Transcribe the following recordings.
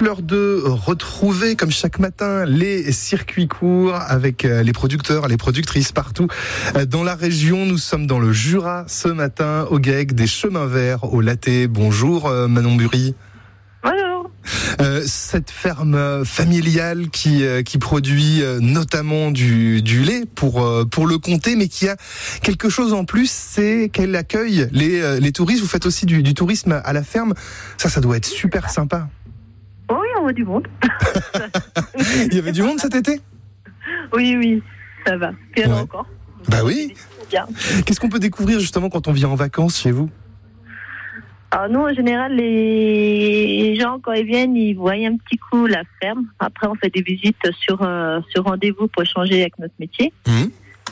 L'heure de retrouver, comme chaque matin, les circuits courts avec euh, les producteurs, les productrices partout euh, dans la région. Nous sommes dans le Jura ce matin, au GEG, des chemins verts, au Laté. Bonjour euh, Manon Bury. Bonjour. Euh, cette ferme euh, familiale qui, euh, qui produit euh, notamment du, du lait pour, euh, pour le comté, mais qui a quelque chose en plus, c'est qu'elle accueille les, euh, les touristes. Vous faites aussi du, du tourisme à la ferme. Ça, ça doit être super sympa. Oui, on voit du monde. Il y avait du monde cet été Oui, oui, ça va. Puis il y en a Ouais. encore. Bah oui. C'est Bien. Qu'est-ce qu'on peut découvrir justement quand on vient en vacances chez vous Alors nous, en général, les gens, quand ils viennent, ils voient un petit coup la ferme. Après, on fait des visites sur, euh, sur rendez-vous pour échanger avec notre métier, Mmh.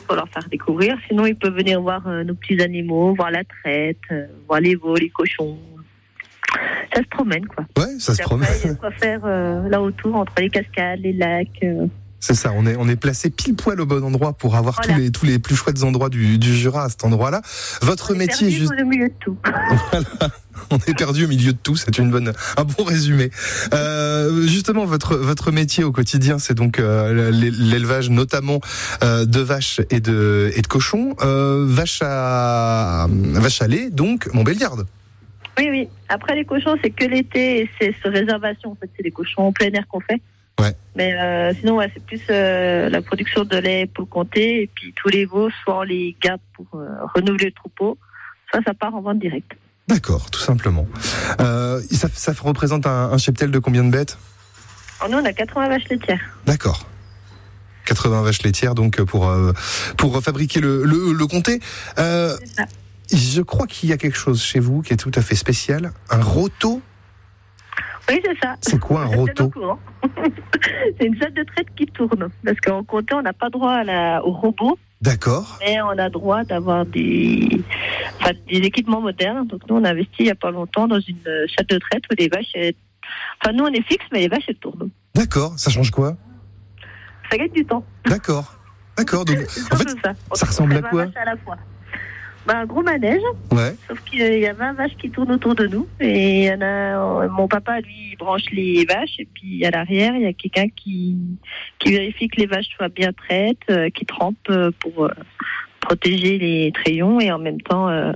pour leur faire découvrir. Sinon, ils peuvent venir voir euh, nos petits animaux, voir la traite, euh, voir les veaux, les cochons. Ça se promène, quoi. Ouais, ça se Puis promet. après, il y a de quoi faire euh, là autour, entre les cascades, les lacs. euh, C'est ça, on est, on est placé pile poil au bon endroit pour avoir tous, Voilà. les, tous les plus chouettes endroits du, du Jura à cet endroit-là. Votre on est métier, perdu juste, au milieu de tout. on est perdu au milieu de tout, c'est une bonne, un bon résumé. Euh, justement, votre, votre métier au quotidien, c'est donc euh, l'é- l'élevage notamment euh, de vaches et de, et de cochons. Euh, vaches à, vaches à lait, donc Montbéliarde. Oui, oui. Après, les cochons, c'est que l'été et c'est sur réservation. En fait, c'est les cochons en plein air qu'on fait. Ouais. Mais euh, sinon, ouais, c'est plus euh, la production de lait pour le comté. Et puis, tous les veaux, soit on les garde pour euh, renouveler le troupeau, soit ça part en vente directe. D'accord, tout simplement. Euh, ça, ça représente un, un cheptel de combien de bêtes Alors, nous, on a 80 vaches laitières. D'accord. 80 vaches laitières donc pour euh, pour fabriquer le le, le comté. Euh, C'est ça. je crois qu'il y a quelque chose chez vous qui est tout à fait spécial. Un roto. Oui, c'est ça. C'est quoi un C'est au roto courant. c'est une salle de traite qui tourne. Parce qu'en comté, on n'a pas droit à la, au robot. D'accord. Mais on a droit d'avoir des, enfin, des équipements modernes. Donc nous, on a investi il n'y a pas longtemps dans une euh, salle de traite où les vaches... elles- Enfin, nous, on est fixe, mais les vaches, elles tournent. D'accord. Ça change quoi Ça gagne du temps. D'accord. D'accord. Donc C'est en fait surtout ça, On ça ressemble à fait vingt quoi vaches à la fois. Bah, un gros manège, ouais. sauf qu'il y a 20 vaches qui tournent autour de nous. Et il y en a, euh, mon papa, lui, il branche les vaches. Et puis, à l'arrière, il y a quelqu'un qui, qui vérifie que les vaches soient bien traites, euh, qui trempe euh, pour euh, protéger les trayons. Et en même temps, euh,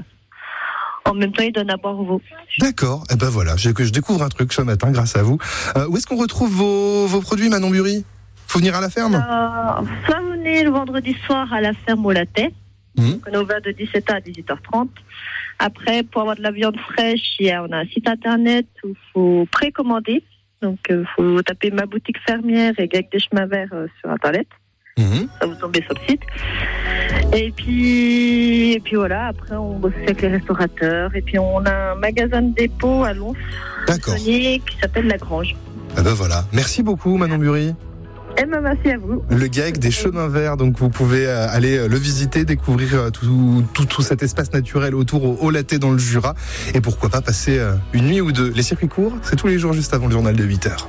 en même temps, il donne à boire aux veaux. D'accord. Et ben voilà. Je, que je découvre un truc ce matin grâce à vous. Euh, où est-ce qu'on retrouve vos vos produits Manon Bury Faut venir à la ferme. Euh, soit vous venez le vendredi soir à la ferme au Latet, Mhm. on est ouvert de 17h à 18h30. Après, pour avoir de la viande fraîche, il y a, on a un site internet où il faut précommander. Donc, il faut taper ma boutique fermière et Gag des chemins verts euh, sur internet. Mhm. Ça vous tombez sur le site. Et puis, et puis voilà, après, on bosse aussi avec les restaurateurs. Et puis, on a un magasin de dépôt à Lons, D'accord. qui s'appelle La Grange. Ah ben voilà. Merci beaucoup Manon Bury. Et ben, merci à vous. le GAEC des chemins verts. Donc vous pouvez euh, aller euh, le visiter, découvrir euh, tout, tout, tout cet espace naturel autour au Haut-Laté dans le Jura. Et pourquoi pas passer euh, une nuit ou deux. Les circuits courts, c'est tous les jours juste avant le journal de 8 heures.